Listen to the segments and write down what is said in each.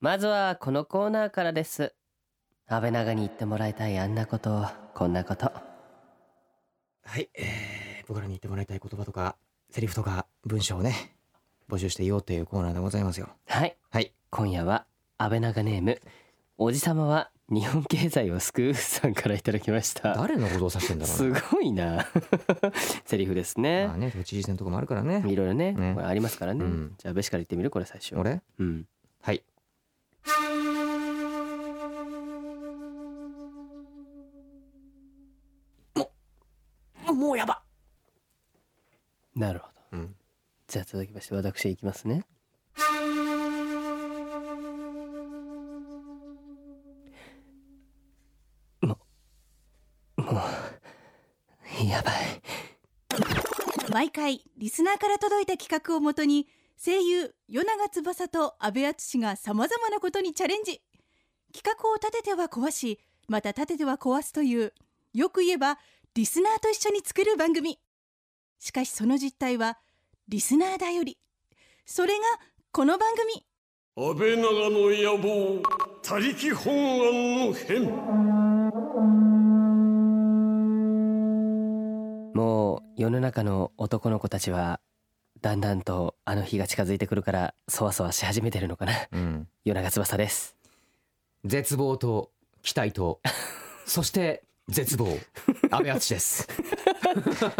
まずはこのコーナーからです安倍長に言ってもらいたいあんなことこんなことはい、えー僕らに言ってもらいたい言葉とかセリフとか文章をね募集していようというコーナーでございますよはいはい今夜は安倍長ネームおじさまは日本経済を救うさんからいただきました誰のことを指してんだろうすごいな セリフですなねまあね都知事選とかもあるからねいろいろねねこれありますからね、うんじゃあべしから言ってみるこれ最初俺うんはいももうやば、なるほどうん、じゃあ続きまして私いきますねももうやばい毎回リスナーから届いた企画をもとに声優与永翼と阿部淳がさまざまなことにチャレンジ企画を立てては壊しまた立てては壊すというよく言えばリスナーと一緒に作る番組しかしその実態はリスナーだよりそれがこの番組安倍長の野望他力本願の変もう世の中の男の子たちはだんだんとあの日が近づいてくるからそわそわし始めてるのかなうん、夜長翼 です絶望と期待 とそして絶望安倍淳です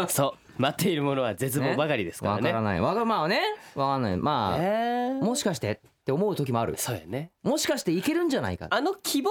そう待っているものは絶望ばかりですからわねからないわがまあねわかんないまあ、えーもしかしてって思う時もあるそうやねもしかしていけるんじゃないかあの希望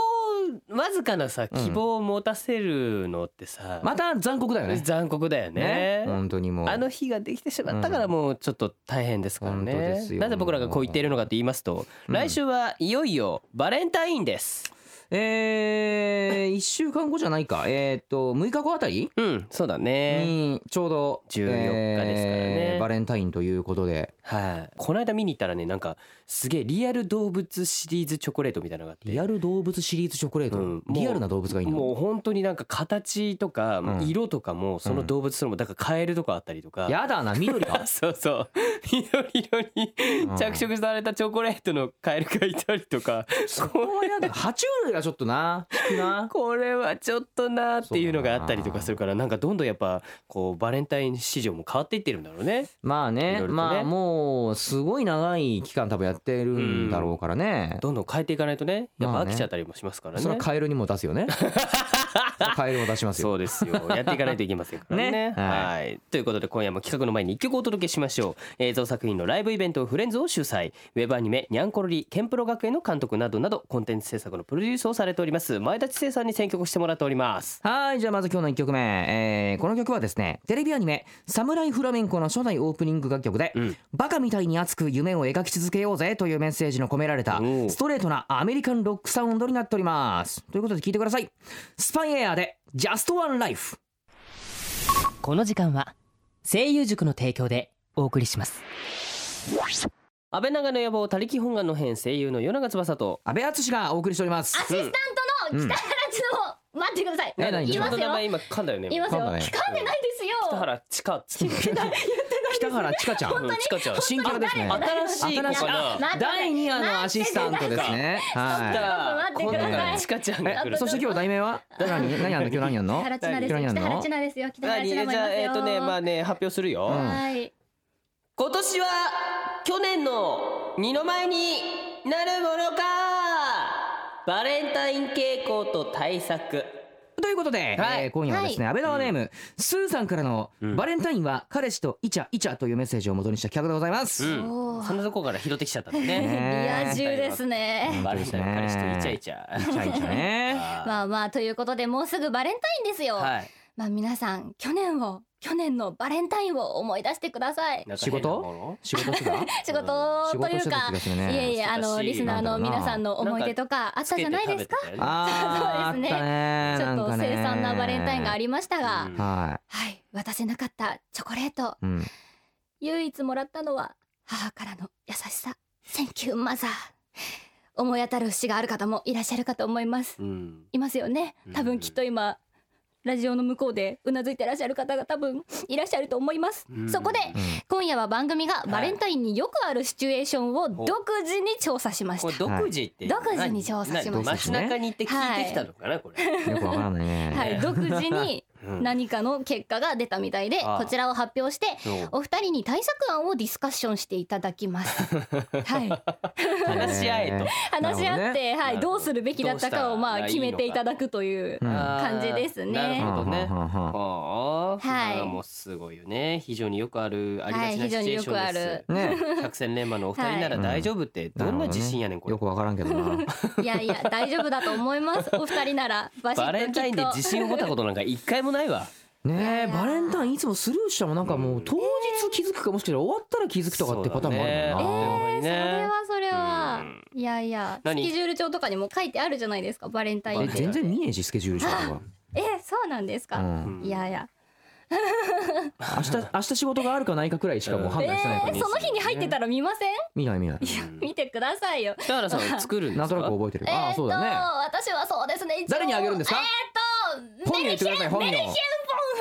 わずかなさうん希望を持たせるのってさ、また残酷だよね残酷だよね本当にもうあの日ができてしまったからうんもうちょっと大変ですから本当でね、すよなぜ僕らがこう言っているのかと言いますと、うん来週はいよいよバレンタインですえー、1週間後じゃないかえーっと6日後あたりうんそうだね、にちょうど14日ですからねバレンタインということではい、この間見に行ったらねなんかすげえリアル動物シリーズチョコレートみたいなのがあってリアル動物シリーズチョコレート、うんリアルな動物がいいものう本当になんか形とかうん色とかもその動物そのもだからカエルとかあったりとか、やだな 緑かそうそう緑色に着色されたチョコレートのカエルがいたりとか、これ爬虫類がちょっとな引く なこれはちょっとなーっていうのがあったりとかそうだなするからなんかどんどんやっぱこうバレンタイン市場も変わっていってるんだろうね。まあいろねいろとねまあもうすごい長い期間多分やってるんだろうからね、 どんどん変えていかないとねやっまぱあ飽ねきちゃったりもしますからね。それはカエルにも出す よねそれはカエルも出しますよそうですよ。やっていかないといけませんからね。ねはい、ということで今夜も企画の前に一曲お届けしましょう。映像作品のライブイベントフレンズを主催。ウェブアニメニャンコロリケンプロ学園の監督などなどコンテンツ制作のプロデュースをされております前田知世さんに選曲してもらっております。はいじゃあまず今日の1曲目、えーこの曲はですねテレビアニメ「サムライフラメンコ」の初代オープニング楽曲で、うんバカみたいに熱く夢を描き続けようぜというメッセージの込められたおーストレートなアメリカンロックサウンドになっておりますということで聴いてくださいスパイエアで「Just One Life」この時間は声優塾の提供でお送りします。安倍長の野望他力本願の編声優の与永翼と安倍淳がお送りしておりまアシすスタントの北原千の待ってください。ね何言い自ま分すのよ。名前言今噛んだよね。いますよ。今度ね噛んでないですよ。北原千佳 北原千佳ちゃんうん千佳ちゃん新キャラですね新しい子新しいかな。待って第2話のアシスタントですねはちょっと待ってくださいちかちゃんが来いるそして今日題名は何何やんの今日何やんの北原千奈ですよ。今日何やん北原の千奈ですよ。北原何千じ奈もいゃあますよ。えっとねまあね発表するよ、うんはい。今年は去年の二の前になるものかバレンタイン傾向と対策ということで、はいえー今夜はですね、安倍川ネーム、スーさんからの、うんバレンタインは彼氏とイチャイチャというメッセージを元にした企画でございます。おーそんなとこから拾ってきちゃったんだね ねリア充ですね。バレンタイン彼氏とイチャイチャイチャイチャね。 まあまあということでもうすぐバレンタインですよ。はいまあ皆さん去年を去年のバレンタインを思い出してください。なんか仕事変なも仕事す るか仕事仕と事いしうてたか気が、するいね。えいえあのリスナーの皆さんの思い出とかあのったじゃないですか。つけて食べてたよねあーそうですねあったねちょっとなんかね凄惨なバレンタインがありましたが、うんははい、渡せなかったチョコレートい。うん。唯一もらったのは母からの優しさセンキューマザー思い当たる節がある方もいらっしゃるかと思いますうんいますよね多分きっと今ラジオの向こうでうなずいてらっしゃる方が多分いらっしゃると思います、うんそこで今夜は番組がバレンタインによくあるシチュエーションを独自に調査しましたこれ独自ってはい独自に調査しました街中に行って聞いてきたのかなこれよくわからないね。 はい、独自にうん何かの結果が出たみたいで、ああこちらを発表してそうお二人に対策案をディスカッションしていただきます。はい、話し合えと話し合って、なるほどはい、ねどうするべきだったかをまあどうしたら決いいめのかていただくという。うん感じですねなるほどねはあはあはあはあ、はいまあもうすごいよね非常によくあるありがちなはいシチュエーションです、非常によくあるね 百戦錬磨のお二人ならはい大丈夫ってどんな自信やねんこれ、よくわからんけどな。いやいや、大丈夫だと思います。お二人なら、バシバレッンとタきイっンでと。自信を持ったことなんか一回もないわ ねえバレンタインいつもスルーしたもんなんかもう当日気づくかもしくは終わったら気づくとかってパターンもあるもえんな。えーそれはそれはうん、いやいや、ス何ケジュール帳とかにも書いてあるじゃないですか、バレンタインえデ全ー。然見えんしスケジュール書とか。えー、そうなんですうか。んいやいや、明日明日仕事があるかないかくらいしかもう判え断してないからー、その日に入ってたら見ません。見ない見ない。見てくださいよ。北原さんは作るんでなんすとなくか覚えてる。えああーそと、うだね。私はそうですね。一応誰にあげるんですかえーっと、本名言ってください本名メルヒェン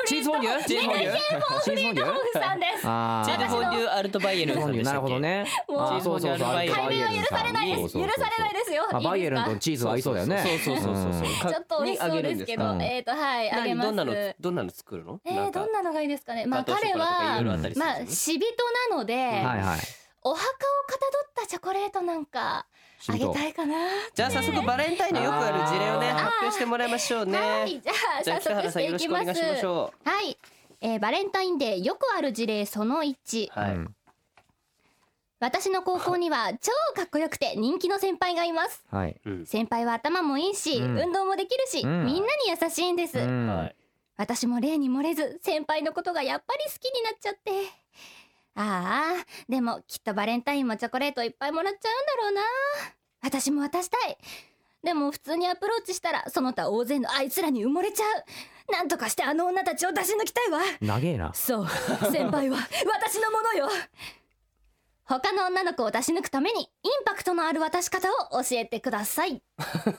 チーズフォンデュ？チーズフォンデュ？チーズフォンデフォンュ？フさんです。あチあ。ェルフォンデュアルトバイエルンさんでしたなっけるほどね。もうあーそうそうそう。改改名は許されないです。許されないですよ。あバイエルンいいとですチーズは合いそうだよね。そうそうそうそうそうかかちょっと美味しそうですけにあど、うんえーっとはいあげげるんですか何ます。どんなのどんなの作るのえなー、んかどんなのがいいですかね。まあガトーシ彼ョコラとかいろいろはあったりするんまあです死人なので、はいはい。お墓をかたどったチョコレートなんかあげたいかな。じゃあ早速バレンタインのよくある事例をね発表してもらいましょうねはい、じゃあじゃあ早北原速しさんてよいろしきくおま願いす。しましはょい、えー、バレンタインデーよくある事例その一。うはういん私の高校には超かっこよくて人気の先輩がいますはい。うん先輩は頭もいいし、うん運動もできるし、うんみんなに優しいんです、うんはい私も例に漏れず先輩のことがやっぱり好きになっちゃってああでもきっとバレンタインもチョコレートいっぱいもらっちゃうんだろうな私も渡したいでも普通にアプローチしたらその他大勢のあいつらに埋もれちゃうなんとかしてあの女たちを出し抜きたいわ長えな。そう先輩は私のものよ他の女の子を出し抜くためにインパクトのある渡し方を教えてください、はい、がっ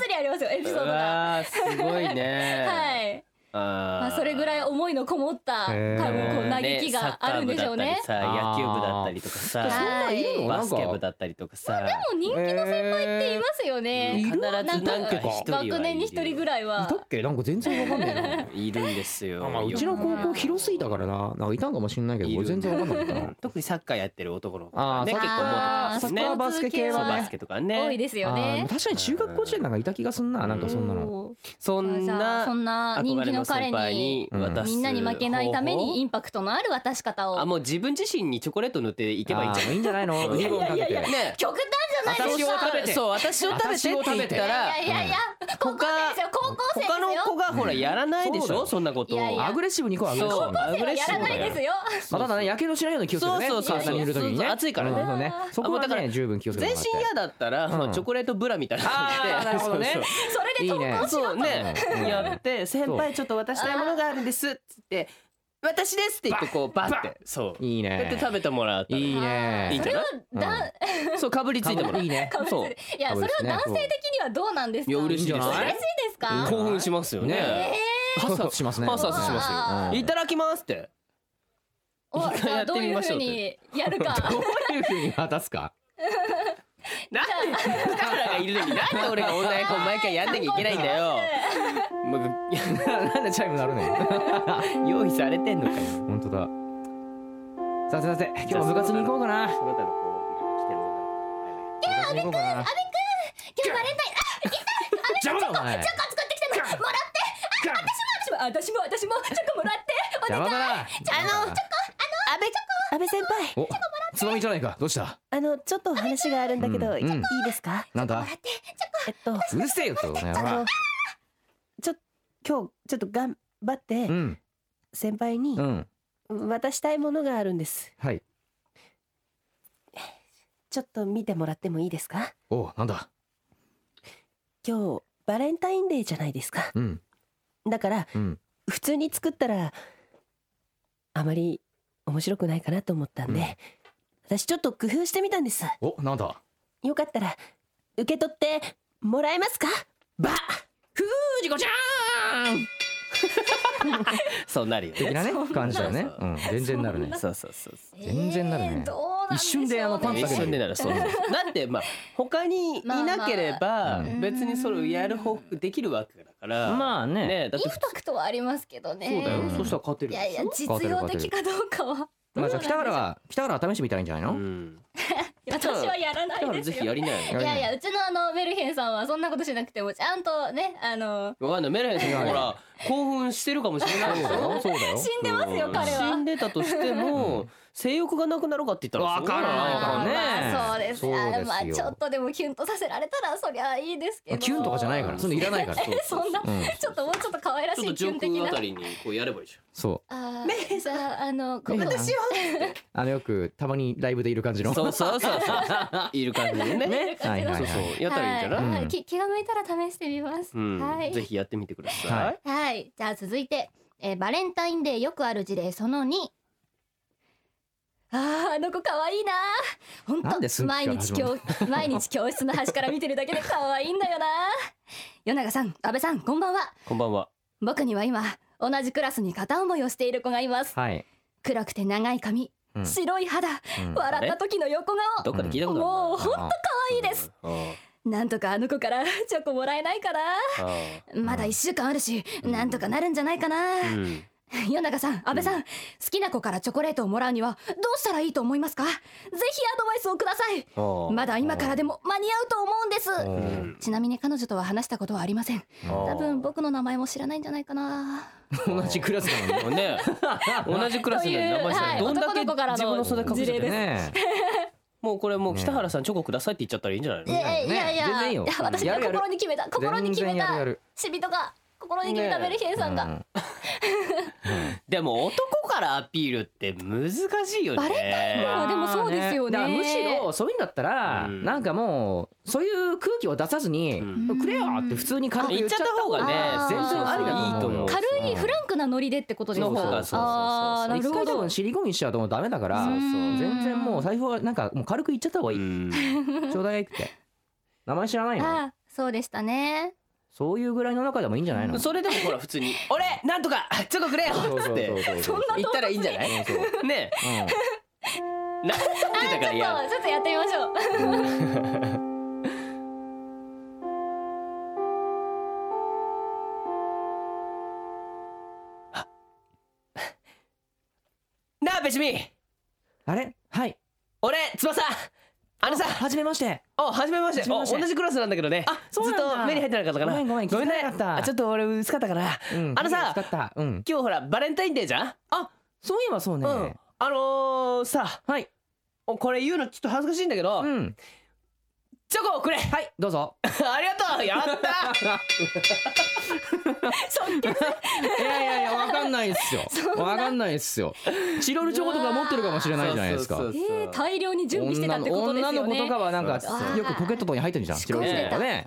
つりありますよエピソードうがわーすごいねはい、あーまあ、それぐらい思いのこもった多へー分こう嘆きがあるんでしょうねサッカー部だったりさ野球部だったりとかさはいるのバスケ部だったりとかさもう人気の先輩っていますよね、必ずななんんかか一人はいる学年に一人ぐらいいはたっけなんか全然わかんないいるんですよ な。まあうちの高校広すぎたからな。なんかいたんかもしれないけど、いる俺全然わかんなかったう。なん 特にサッカーやってる男の子あがあ、ねサッ結カ構あー、ーサッカーバスケ系そうはバねス。ケとか多いねですよあーでねも確かに中学校時代なんかいた気がすんな。なんかそんなの。おーそんじゃあなそんな人憧れ気の彼先輩にに渡すみんなに負けないためにイ方ンパクトのある渡し方法をあもう自分自身にチョコレート塗っていけばいいんじゃあーいいんじゃないの？リボンかけて。ないね極端じゃな私いですをか食べてそう私を食べてって言ったらいやいやいや高校生ですよ高校生ですよ他の子がほらやらないでしそうだょよそんなこといやいやアグレッシブに行こうアグレッシそうブに。まアグレッやシらブなだいよですよあただね、やけどしないように気をつけてね。そうそうそう体に入れる時にそうね。そう暑いからねうんそうね。そこあもはうだからね、十分気をつけて全もら身嫌だったら、まあチョコレートブラみたいな感じであーなるほどねそうそうそれいでい投ね稿しろそうねうんやって先輩ちょっと渡したいものがあるんですっつって私ですって言ってこうバッてそういいやって食ね。べてもらったらいいいいんね。じゃ ないだそうかぶりついてもらういいね。そういやそれは男性的にはどうなんですかいや嬉しいですよ嬉しいですか興奮しますよねねハスハスしますね。パスパスしまあすよいただきますってお一回やってみましょうっどうていう風にやる かどういうふうに渡すか。なんで北原がいるのになんで俺が女役を毎回やんなきゃいけないんだよもういや なんでチャイム鳴る の。用意されてんのかよ本当だ。さてさて、今日は部活に行こうかな。その他の子来てる部活に行こうかな。今日バレンタイン邪魔だお前。あ作ってきたのもらってあ私も私も私もチョコもらってお邪願魔いだな。あの、安倍安倍先輩お、つまみじゃないか。どうした？あのちょっとお話があるんだけど、うんうんいいですかなんだもら。ってえっとうるせえよと。ねほあらのちょ今日ちょっと頑張ってうん先輩にうん渡したいものがあるんですはい。ちょっと見てもらってもいいですかおうなんだ。今日バレンタインデーじゃないですかうんだからうん。普通に作ったらあまり面白くないかなと思ったんで、うん私ちょっと工夫してみたんですおなんだ。よかったら受け取ってもらえますかばジコちゃんそうなるよ的なねそう感じだよねそう。うん、全然なるね。そうそうそうそう全然なるねえーどうなんでしょうね一瞬であのパンツだ一け瞬でならそうそうそうだってまあ他にいなけれまあばまあ別にそれをやる方できるわけだからあまあねねだっイてン普パクトはありますけどねそうだよ、うんそしたら勝てるいでしやょいや実用的かどうかはまあじゃあ北原は北原は試してみたらいいんじゃないの？うん私はやらなだかいらですぜよひやりなよいやいやうちのあのメルヘンさんはそんなことしなくてもちゃんとねあのわかんないメルヘンさんもほら興奮してるかもしれないでしょそうだよ。死んでますようん彼は死んでたとしても性欲がなくなるかって言ったらわからないからねまあそうですそうですよあまあちょっとでもキュンとさせられたらそりゃいいですけどキュンとかじゃないから、そのいらない から。えそんなうん ちょっともうちょっと可愛らちしょっといキュ上ン的空なあたりにこうやればいいじそあーじゃああのこう。こ私よ。あのよくたまにライブでいる感じゃんの。そうそうそうそういる感じでねはいはいそうはそい。うやったらいいんじゃない、はうんき気が向いたら試してみます、うんはいぜひやってみてください、ははい。じゃあ続いて、えーバレンタインデーよくある事例その2。あーあの子可愛いな本なんで当スンキ毎から日始ま教毎日教室の端から見てるだけで可愛いんだよな 与永さん安倍さんこんばんはこんばんは僕には今同じクラスに片思いをしている子がいますはい。黒くて長い髪、うん白い肌、うん笑った時の横顔どっかで聞いたことあるなもうほんあいいです、なんとかあの子から チョコもらえないかなあまだ1週間あるし、なんとかなるんじゃないかな、あうん夜中さん安倍さん、好きな子からチョコレートをもらうにはどうしたらいいと思いますかぜひアドバイスをくださいあーまだ今からでも間に合うと思うんですううんんちなみに彼女とは話したことはありませんあー多分僕の名前も知らないんじゃないかな同じクラスなのに。ね同じクラスに名前さというどんだはい男の子かけらの自分の袖隠して事て例でねすねもうこれもう北原さんチョコくださいって言っちゃったらいいんじゃないのええいやいや全然いいよや私やがるやる心に決めたえ。心に決め全然やるやたる。シビとか心に決めたねえメルヘンさんが、うんでも男からアピールって難しいよねバレもうでもそうですよねだからむしろそういうんだったら、うんなんかもうそういう空気を出さずに、うんくれよって普通に軽く言言っっちちゃゃっったた方方ががねねあー全然ありだと思うよ。軽いフランクなノリでってことですのか方がそうそうそうあーなる一ほ回多ど分シリコンにしちゃうともうダメだかそらうそう全然もう財布はなんかもう軽く言っちゃった方がいい、うんちょうだいって名前知らないのあーそうでしたねそういうぐらいの中でもいいんじゃないのそれでもほら普通に「俺なんとかチョコくれよ!」そっうそつうってそうそう言ったらいいんじゃないねえなんでだからちょっやとちょっとやってみましょうなあべしみあれはい俺翼あのさはじめましておはじめましてはじめましてお同じクラスなんだけどねあそうなんだずっと目に入ってなかったかなごめんごめんごめん気づかなかったねあちょっと俺薄かったからうんあのさ使ったうん今日ほらバレンタインデーじゃんあそういえばそうね、うんあのーさはいおこれ言うのちょっと恥ずかしいんだけど、うんチョコを くれあはいどうぞりがとうやったいやいやいや、わかんないっすよ。わかんないっすよ。チロルチョコとか持ってるかもしれないじゃないですか。そうそうそうえー、大量に準備してたってことですよね。女の女の子とかはなんかそうそうよくポケットとかに入ってるじゃん。仕チ込ロんルでチョたコとかね。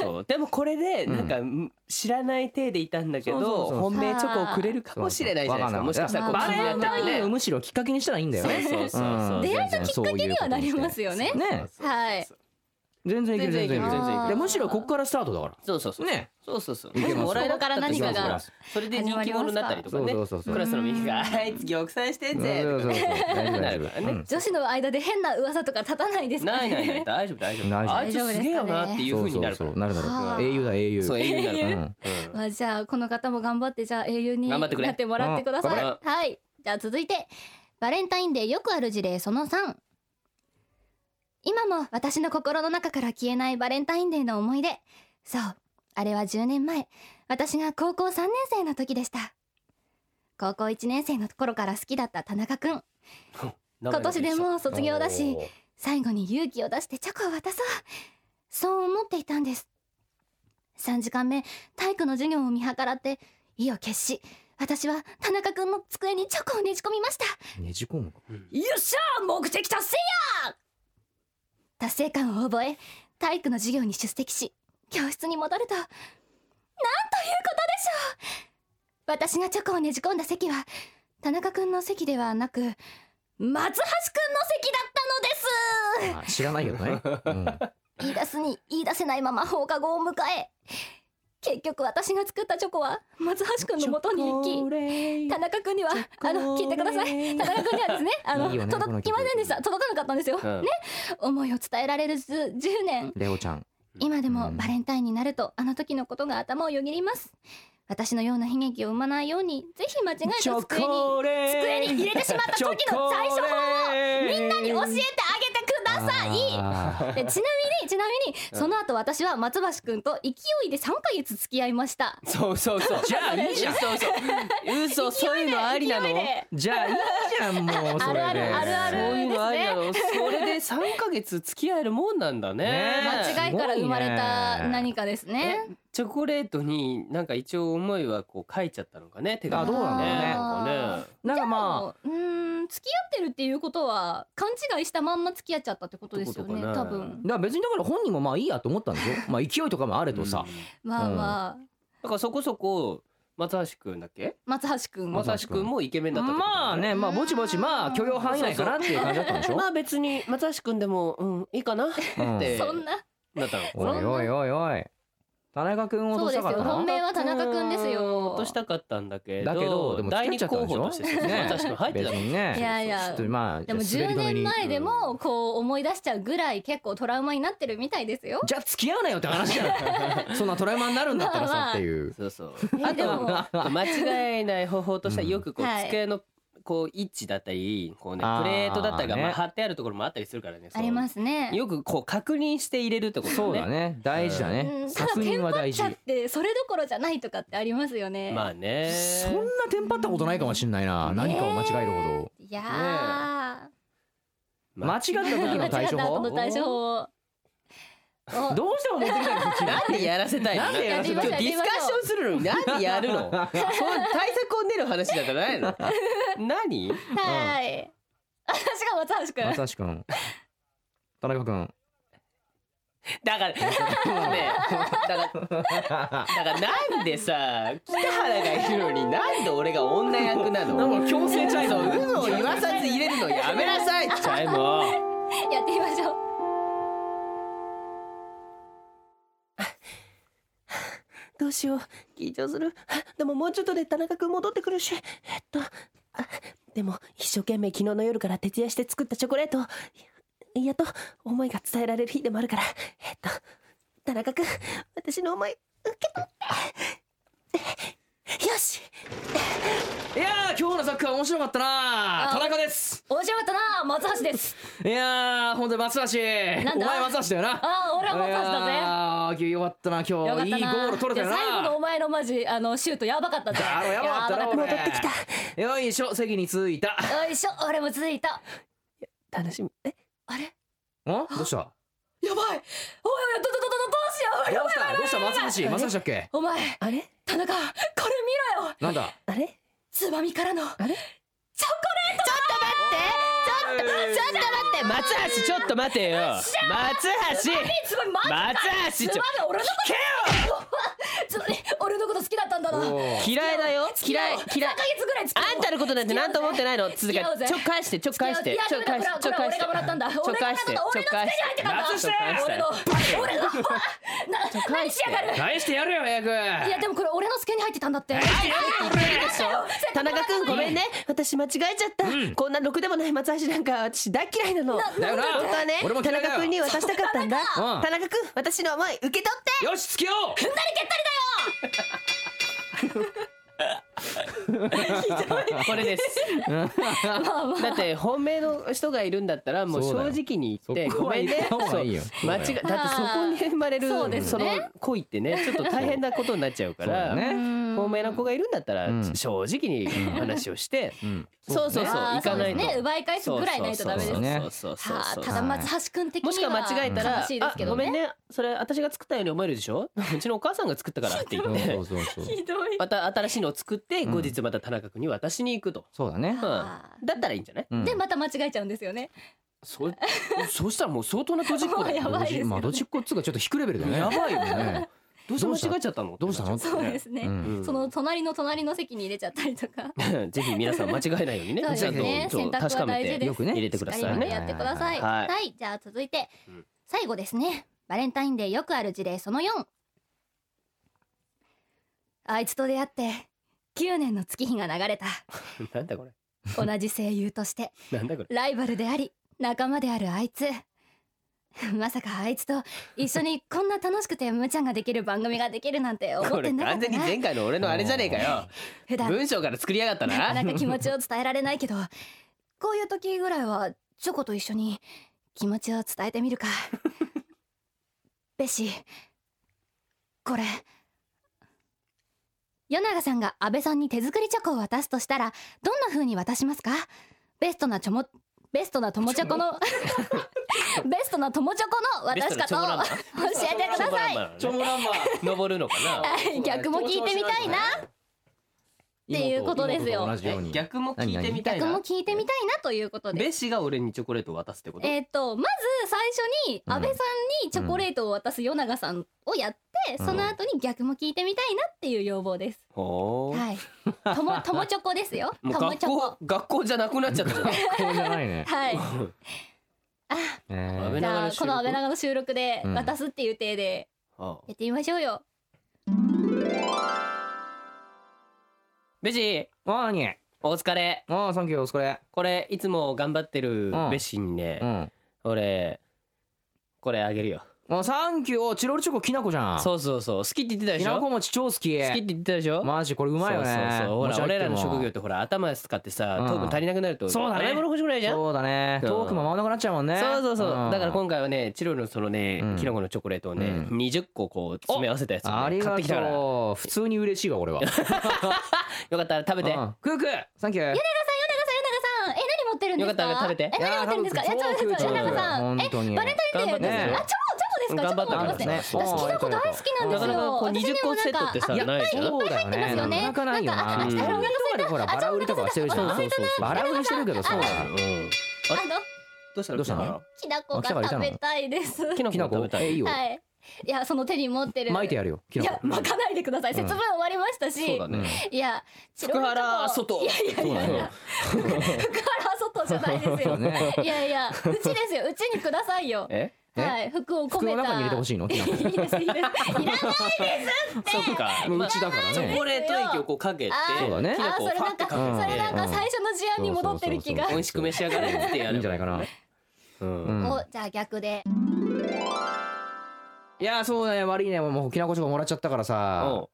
そうでもこれでなんか知らない体でいたんだけどそうそうそう本命チョコをくれるかもしれないじゃないですかもしかしたらこうバレンタ気にインなをっむしろきっかけにしたらいいんだよたりね。ねそうそううそんう出会いのきっかけにはなりますよね。ねはい。全然いける全然いけ全然いける全然いける。るでむしろこっからスタートだから。そうそうそうねそうそうそういけますもらえなったとしてもここから何かがそれで人気者になったりとかねそうそうそうそうクラスのみんなが「はい次奥さんしてんぜ」そうとそかうそうね大丈夫大丈なるからね夫うん女子の間で変な噂とか立たないですかなね。いないない大丈夫大丈夫大丈夫あいつすげえよなっていう風そうにそなるうかそらうなるなはある。英雄だ英雄。そう英雄になるからううんんまあじゃあこの方も頑張ってじゃあ英雄に頑張ってくれなってもらってください。うんはい。じゃあ続いてバレンタインデーよくある事例その3。今も私の心の中から消えないバレンタインデーの思い出。そう。あれは10年前。私が高校3年生の時でした。高校1年生の頃から好きだった田中くん。今年でもう卒業だし最後に勇気を出してチョコを渡そうそう思っていたんです3時間目体育の授業を見計らって意を決し私は田中君の机にチョコをねじ込みましたねじ込むか。よっしゃ目的達成や達成感を覚え体育の授業に出席し教室に戻るとなんということでしょう私がチョコをねじ込んだ席は田中君の席ではなく松橋君の席だったのであす知らないけどね。うん言い出すに言い出せないまま放課後を迎え結局私が作ったチョコは松橋くんの元に行き田中くんにはあの聞いてください田中くんにはです ねあのいいよねこの届曲きませんでした届かなかったんですよ、うんね思いを伝えられるず10年レオちゃん今でもうんバレンタインになるとあの時のことが頭をよぎります私のような悲劇を生まないようにぜひ間違えたチョ机にコレ机に入れてしまった時の対処法をみんなに教えてあげてくださいあでちなみにちなみにうんその後私は松橋くんと勢いで3ヶ月付き合いましたそうそうそうじゃあいいじゃん嘘嘘嘘そういうのありなの勢いでじゃあいいーいいじゃんもうそれであるあるあるそういうのありなのそれで三ヶ月付き合えるもんなんだねね間違いから生まれすごたいね何かですねチョコレートになんか一応思いはこう書いちゃったのかね手あ紙どうなんだろうねなんかねなんかまあもううーん付き合ってるっていうことは勘違いしたまんま付き合っちゃったってことですよってねことかな多分だから別にだから本人もまあいいやと思ったんですよまあ勢いとかもあれとさ、まあまあ、だからそこそこ松橋くんだっけ松橋くんも松松橋くんもイケメンだったってことまあねまあぼちぼちまあ許容範囲内かなっていう感じだったんでしょまあ別に松橋くんでもうんいいかなうんでそんななったのかおないおいおいおい田中君をそ落うとしでたかすったよな本命は田中くんですよ落としたかったんだけどだけどでも第付き合っ二ちゃった候んで補しょとして松橋くん入ってた別のにねいやいちょやっとまあでもじゃあ滑り10止めに年前でうもんこう思い出しちゃうぐらい結構トラウマになってるみたいですよじゃあ付き合うなよって話じゃん そんなトラウマになるんだったらまあまさあっていうそうそうえあでともは間違えない方法としてはうんよくこうはい机のこう位置だったりこうねあープレートだったりがまあね貼ってあるところもあったりするからねありますすねよくこう確認して入れるってことそうだね大事だうねんただ確認は大事テンパっちゃってそれどころじゃないとかってありますよね、まあねそんなテンパったことないかもしんないな何かを間違えるほいやど間違ったー、時間の違った対処後法の対処法をおどうしても持ってきた い 口なんでやらせたいのなんでやらせたいの今日ディスカッションするのになんでや るのそう対策を練る話だからないの何はい、私が松橋くん松橋君田中君だからねだからだからなんでさ北原がいるのになんで俺が女役なのなんか強制チャイムそう有無を言わさず入れるのやめなさいチャイムをやってみましょうどうしよう緊張するあでももうちょっとで田中くん戻ってくるしえっとあでも一生懸命昨日の夜から徹夜して作ったチョコレートややっと思いが伝えられる日でもあるからえっと田中くん私の思い受け取ってよしいやー今日のサッカー面白かったなあ田中です面白かったな松橋ですいやー本当に松橋なんおだ前松橋だよなあー俺は松橋だぜああよかったなよ今かった日ないいゴール取れたよで最後のおな前のマジあのシュートやばかったぜだろやばかったなやば俺かっよいしょ席に着いたたよいしょ俺も続いた楽しみえあれやんどうしたばいおいおいどどどどどどうしようどうしたどうした松橋松橋だっけお前あれ田中これ見ろよなんだあれつばみからのあれチョコレートちょっと待ってちょっとちょっと待って松橋ちょっと待てよ松橋つばみ待って松橋つばちょみ俺の ことつばみ俺のこと好きだったんだな3ヶ嫌いだよ嫌い嫌い月ぐらい付き合おうあんたのことなんて何とも思ってないの続付きけ合おうぜちょっ返してちょっ返していやちょっ返してこちょれっこ返れ俺してがもらったんだちょっ返して俺がもらったんだ俺のちょっ返して机に入ってたんだ松俺の俺のほらな何しやがる返してやるよ早くいやでもこれ俺の助に入ってたんだって言ってるでしょ田中くんごめんね私間違えちゃった、こんなろくでもない松橋なんか私大嫌いなのだよな本当はね俺も田嫌いだよ中くんに渡したかったんだ田中田中くん私の思い受け取ってよし付き合おうこれですだって本命の人がいるんだったらもう正直に言ってそうだよごめんねそこは言った方がいいよそう間違だってそこに生まれるそうですそのね恋ってねちょっと大変なことになっちゃうかそうだらね本命の子がいるんだったらうん正直に話をしてうんそうそうそう行かないとね奪い返すそうぐらいないとダメですそうねそうそうはそあうたそうだ松橋君的もしにくはは間違えたら悲しいですけあごどめんねねそれ私が作ったように思えるでしょうちのお母さんが作ったからって言そっうそ てうそうそうどいまた新しいのを作ってうん後日また田中君に渡しに行くとそうだねうんだったらいいんじゃないうんでまた間違えちゃうんですよねそ そうしたらもう相当なドジっ子だよ やばいですよねまあどっちっこっつうかちょっと低レベルだよねやばいよねねどうして間違えちゃったのどうしたのそうですねうんうんその隣の隣の席に入れちゃったりとかぜひ皆さん間 違えないようにねそうでちゃすんとねそう選択は確か大め事てでよすくね入れてくだしっさかいりねやってくださいははいい、じゃあ続いてうん最後ですねバレンタインデーよくある事例その4あいつと出会って9年の月日が流 れたなんだこれ同じ声優としてなんだこれライバルであり仲間であるあいつ まさかあいつと一緒にこんな楽しくて無茶ができる番組ができるなんて思こってれなかっ完た全にな前回の俺のあれじゃねえかよ普段文章から作りやがったなかななか気持ちを伝えられないけどこういう時ぐらいはチョコと一緒に気持ちを伝えて みるかベシこれ与永さんが安倍さんに手作りチョコを渡すとしたらどんな風に渡しますかベストなチョモベストな友チョ コのベストな友チョコの渡し方を教えてくださいチョモランマ登るのかはい 逆も聞いてみたいなっていうことですよ妹と同じようなに逆も聞いてみたい逆もな聞いてみたいなということでベシが俺にチョコレートを渡すってことえー、とまず最初にうん安倍さんにチョコレートを渡す与永さんをやっうて、んその後に逆も聞いてみたいなっていう要望です。ほーはい。と もともチョコですよ。ともうも学チョコ校。学校じゃなくなっちゃったじゃんこうじゃない ね。はい。 え安倍ーじ長の収録ゃあこの安倍長の収録でうん渡すっていう体でああやってみましょうよ。ベシあーに。お疲れああ、サンキュー、お疲れ。これいつも頑張ってるうんベシにねうん。俺これあげるよあ、サンキュー、おチロルチョコきなこじゃん。。そううそうそう好きって言ってたできしなょこ好餅超好き。きって言ってたでしょマジこれうまいよね。そうそうそうほ持らち上げ俺てらもの職業ってほら頭使ってさうん糖分足りなくなるとそうだね甘いもの欲しくないじゃんそうだね。うんトークも回らなくなっちゃうもんね。そうそうそう、んだから今回はねチロルのそのね、うんキノコのチョコレートをね、う20個こう詰め合わせたやつを、あね、り買っがてきたからよとう。普通に嬉しいわ、俺は。かったら食べて、うんクークーサンキュー。与永さん、え何持ってるんですか。よかったら食べてえ何持ってるんですか。いやえちょっと待食ってべて与永さん。え本当にバレンタインデーやってるんです頑張ってね。あチョコチョコですか。チョコ頑持張っててすっますね。私きなこ大好きなんでなかすなかよ。こう私20に個もなセんットっかてさいやないじゃんぱそうだよいっぱい入ってますよねね。なかなかないよな。なんかうんあ俺とほらバラ売りとかはしてるじゃん。あそうそうそうバラ売りしてるけどさ。うんうんああれのどうしたのどうしたのきなこが食べたいです。キノきコな食こべたえいいいよ。はい。いや、その手に持ってる。巻いてやるよ。きいなやこ、。巻かないでください。節分終わりましたし。そうだね、いや、チロ福ルチョコ原外いやいやいやいや、福原外じゃないですよ。ね。いやいや、うちですよ。うちにくださいよ。え えはい、服を込服めのた。中に入れてほしいの。きなこいいですいいです。いらないです。そっかもうまうあちだからチョね。コレート液をこうかけてあー そうだねきなあこをー、それファなっんてか、かそうんれなんかうん最初の事案に戻ってる気がそう。美味しく召し上がれってやるいいんじゃないかな。ううんん。お、じゃあ逆で。いやそうだね悪いねもうきなこチョコもらっちゃったからおさう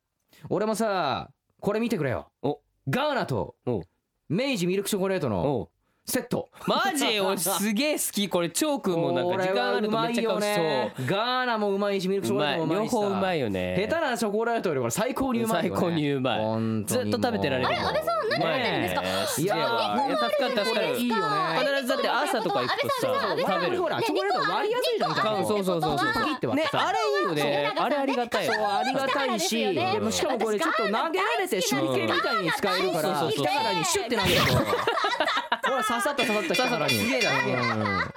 俺もさこれ見てくれよおガーナとおう明治ミルクチョコレートのおうセットマジ俺すげえ好きこれチョークもなんか時間あるとめっちゃこれ顔はうまいしよねそガーナもうまいしミルクチううョコまレートいもうま両いしさ方うまいよね下手なチョコレートよりこれ最高にうまいよね最高にうまい本ず当っにと食べてられるもうあれ安倍さん何食べてるんですかねえすげえいやわいや助かる助かるいいよね必ずだって朝とか行くとさ安倍さん安倍さん食べるほらチョコレート割りやすいじゃんね結構そうそうそうそうパキッて割ねってさあれいいよねあれありがたいよそうありがたいし、そうですよねしかもこれちょっと投げられて手裏剣みたいに使えるから、そうそうそう北原にシュッて投げると。ほら刺さった刺さった北原に。すげえだ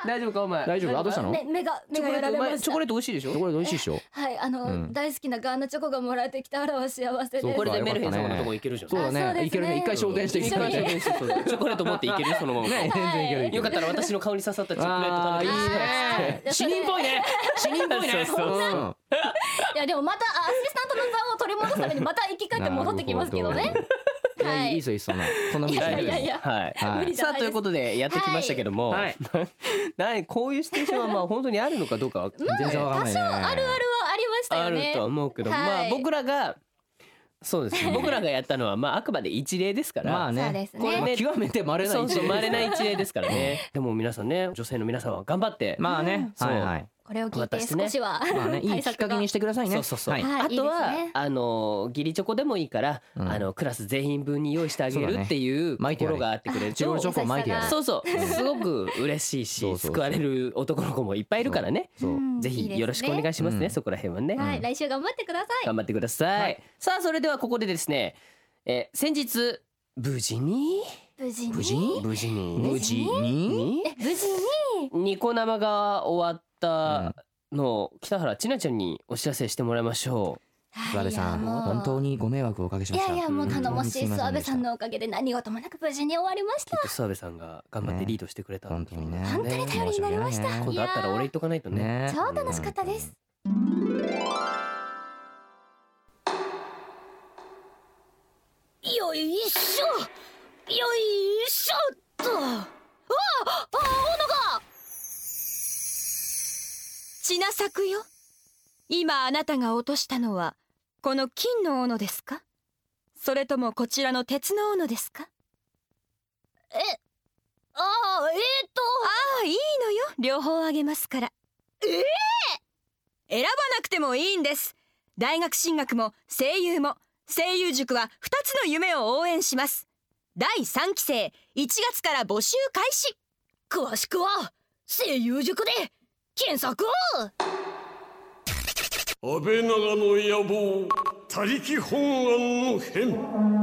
大丈夫かお前大丈夫あどうしたの？め目が、目チョがコレーやトらうれままいしたチョコ。レート美味しいでしょこれ美味しいでしょ。はい、あの、うん大好きなガーナチョコがもらえてきた原は幸せです。そうこれでメルヘンそう様だよかったねのとこ行けるじゃんそうだあそうでね。すねいけるね一回昇天して一一緒に回ね食べてそうそうチョコレート持っていける そのまま全然いけるいけよかるっ。たら私の顔に刺さったチョコレートあーい食べいてね。死人っぽいね。死人っぽいね。そうそうそううんいやでもまたあアシスタントの座を取り戻すためにまた生き返って戻ってきますけどね。いやはいいいいっすよいいっすよそんなそんな風にしいなやいやいいでやはいはい無理じゃさあなといいうです。ことでやってきましたけども、はいなこういうシチュエーションはまあ本当にあるのかどうかは全然わかんないね。あるあるはありましたあよるね。とは思うけど、まはあい僕らがそうですね僕らがやったのはまああくまで一例ですから、まあそうねで。すこれね。ね極めて稀な。そうそうまれないい一例ですからねでも皆さんね女性の皆さんは頑張って、まあね。そうはいはい。これを聞いて私ね少しは、まあねいい対きっ策かがけにしてくださいね。そうそうそうはいはいあとはですねあの義理チョコでもいいから、うんあのクラス全員分に用意してあげそうだるねっていう巻いてやれ心があってくれるチとロルチョコを巻いてやる。そうそうすごく嬉しいしそうそうそう救われる男の子もいっぱいいるからねそううんぜひよろしくおい願いしますねうんそこら辺はね、ですねはい、来週頑張ってください。頑張ってください、はいさあそれではここでですね、えー先日無事に無事に。無事に無事に無事にえ無事に。ニコ生が終わったのを北原千奈ちゃんにお知らせしてもらいましょ諏はい訪部さんいやもう本当にご迷惑をおかけしいましやたいやもううん頼もし本当にすいいませんでした諏訪部さんのおかげで何事もなく無事に終わりましうきっと澤部さんが頑張ってリードしてくれたん本だと当思うにね本当に頼りになりました申今し度会ったら俺言っとかないと訳ねないねた。超楽しかったです。っとあああ斧が血なさくよ今あなたが落としたのはこの金の斧ですかそれともこちらの鉄の斧ですかえああえっとああいいのよ両方あげますからええ選ばなくてもいいんです大学進学も声優も声優塾は2つの夢を応援します第3期生1月から募集開始詳しくは声優塾で検索を安倍長の野望他力本願の変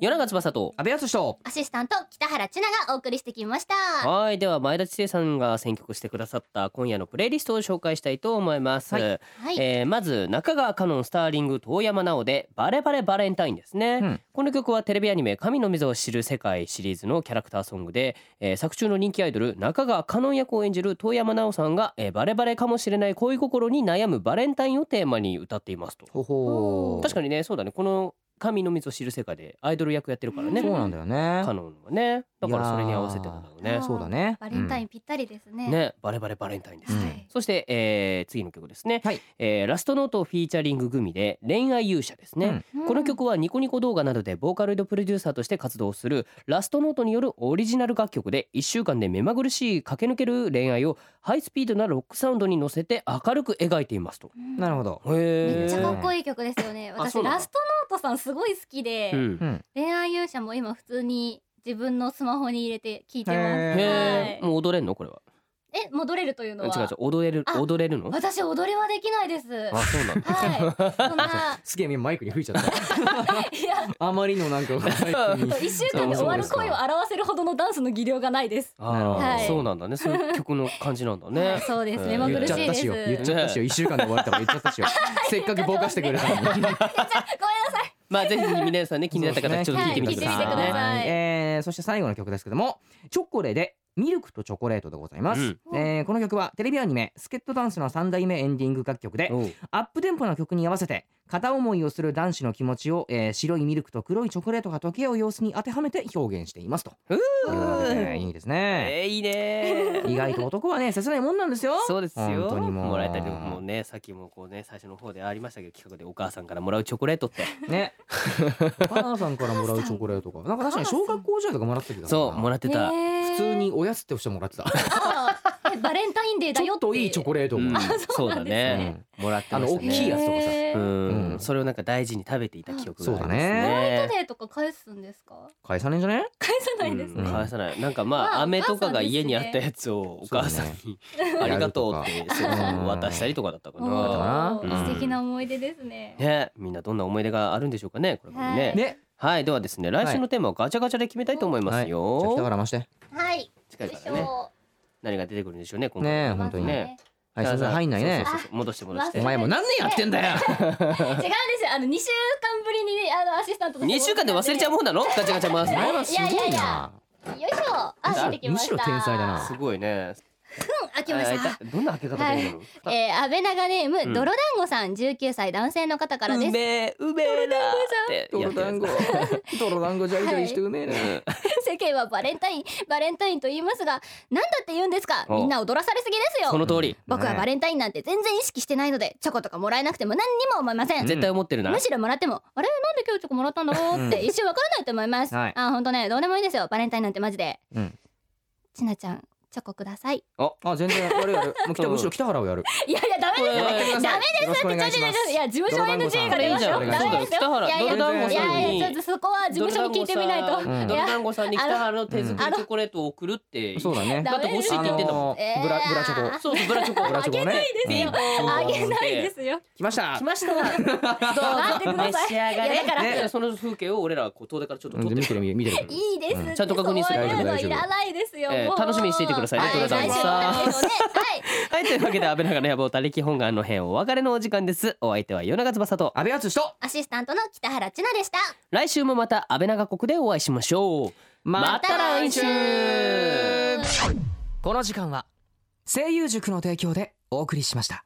夜長翼と阿部淳とアシスタント北原千奈がお送りしてきましたはいでは前田知世さんが選曲してくださった今夜のプレイリストを紹介したいと思います、はい、えーまず中川香音スターリング遠山奈緒で「バレバレバレンタイン」ですね、うんこの曲はテレビアニメ「神の溝を知る世界」シリーズのキャラクターソングで、えー作中の人気アイドル中川香音役を演じる遠山奈緒さんが、えーバレバレかもしれない恋心に悩むバレンタインをテーマに歌っていますとほほー確かにねそうだねこの「神の溝を知る世界」でアイドル役やってるからねそうなんだよねカノンはねだからそれに合わせてなんだろういねやーそうだねバレンタインンぴったりですねねバレバレバレンタインですね、はいそして、えー次の曲ですね、はいえーラストノートフィーチャリング組で恋愛勇者ですね、うんうんこの曲はニコニコ動画などでボーカロイドプロデューサーとして活動するラストノートによるオリジナル楽曲で1週間で目まぐるしい駆け抜ける恋愛をハイスピードなロックサウンドに乗せて明るく描いていますと。なるほどめめっちゃへかーっこいい曲ですよねあそ私うなのラストノートさんすごい好きで、うんうん恋愛勇者も今普通に自分のスマホに入れて聞いてます、へへはえい、もう踊れんのこれは。え戻れるというのは違う違う踊れるあ踊れるの？あ私踊りはできないですはそう なんだ。い そんなすげえ今マイクに吹いちゃった いやあまりのなんかマイクに一週間で終わる声を表せるほどのダンスの技量がないですああ、はいそうなんだね。そういう曲の感じなんだはねい。そうですうん目まぐ言っるちしゃっいたでしすよごめん言っなねさちゃったしよ一週間で終わるとか言っちゃった しよせっかくぼかしてくれたのにまあぜひ皆さんね気になった方ちょっと聞いてみてくださいはねい聞いてみてくだ。さいはいえーそして最後の曲ですけどもチョコレでミルクとチョコレートでございます、うんえーこの曲はテレビアニメ「スケットダンス」の3代目エンディング楽曲でおうアップテンポな曲に合わせて片思いをする男子の気持ちを、えー白いミルクと黒いチョコレートが溶け合う様子に当てはめて表現していますとういうわけでいいですね、えーいいね意外と男はね切ないもんな んですよそうですよ本当にもうもらえたりもうねさっきもこうね最初の方でありましたけど企画でお母さんからもらうチョコレートってねお母さんからもらうチョコレートかなんか確かに小学校時代とかもらった気がするなそうもらってた、い普通におやつとしてもらってたえバレンタインデーだちよょっってといいチョコレートうをもんらってたそうだね、もらってましたあの大きいやつとかさへうーん、うんそれをなんか大事に食べていた記憶がありますそうだねホバレンねタインデーとか返すんですか返さねえんじゃね返さないですうね、ん、ね返さないなんかままああ飴とかがお母さんですね家にあったやつをお母さんに「ありがとう」ってそうかそう渡したりとかだったかだったな。かおーなうん素敵な思い出ですねね、みんなどんな思い出があるんでしょうかねこれからねはいねはいではですね来週のテーマをガチャガチャで決めたいと思いますよ、じゃあ北原ましてはい近いかでしらねょ何が出てくるんでしょうね今回ねえう本当にねはいそれ入んないねそうそうそう戻して戻してお前もう何年やってんだよ違うんですよあの2週間ぶりにねあのアシスタントと二週間で忘れちゃうもんなのガチャガチャ回すお前のはすいやごいいやいなやよいしょあ出てきましたむしろ天才だなすごいねうん開けましあたあいたどんな開け方でいいの、あえー、安倍長ネーム、ん泥団子さん19歳男性の方からうですめえうめえなってやってるやつ泥団子じゃりじゃりしてうめえな、 世間はバレンタインバレンタインと言いますが何だって言うんですかおみんな踊らされすぎですそよの通り僕はバレンタインなんて全然意識してないのでチョコとかもらえなくても何にも思いません、絶対思ってるな、むしろもらってもあれなんで今日チョコもらったんだろうって一瞬わからないと思います、はいあ本当ねどうでもいいですよバレンタインなんてマジでうんちなちゃんチョコくださいあ全然やるやるもう北むしろ北原をやるいやいやダメですよやってダメですよろしくお願いしますいや事務所 NG が出ましそょうダだメよですよ北原いやいや泥団子いさんやにいやちょっとそこは事務所に聞いてみないと泥団子いさん泥や団子さんに北原の手作りチョコレートを送るってそうだねダだって欲しいって言ってんだもんあのーブラブラチョコそうそうブラチョコブラチョコねですよあげないですよ来ましたま した。ど待ってうくださいいやだからねその風景を俺らこう遠出からちょっと撮っうんて見みててる見てる見てるいいですってちゃんと確認するそうい大丈夫う大丈夫のいらないですよえーもう楽しみにしていてくださいねは黒田さんも来週さのお楽しみをねはいはいというわけで安倍長の野望たれき本願の編お別れのお時間ですお相手は夜長翼と安倍敦とアシスタントの北原千奈でした来週もまた安倍長国でお会いしましょうまた来週この時間は声優塾の提供でお送りしました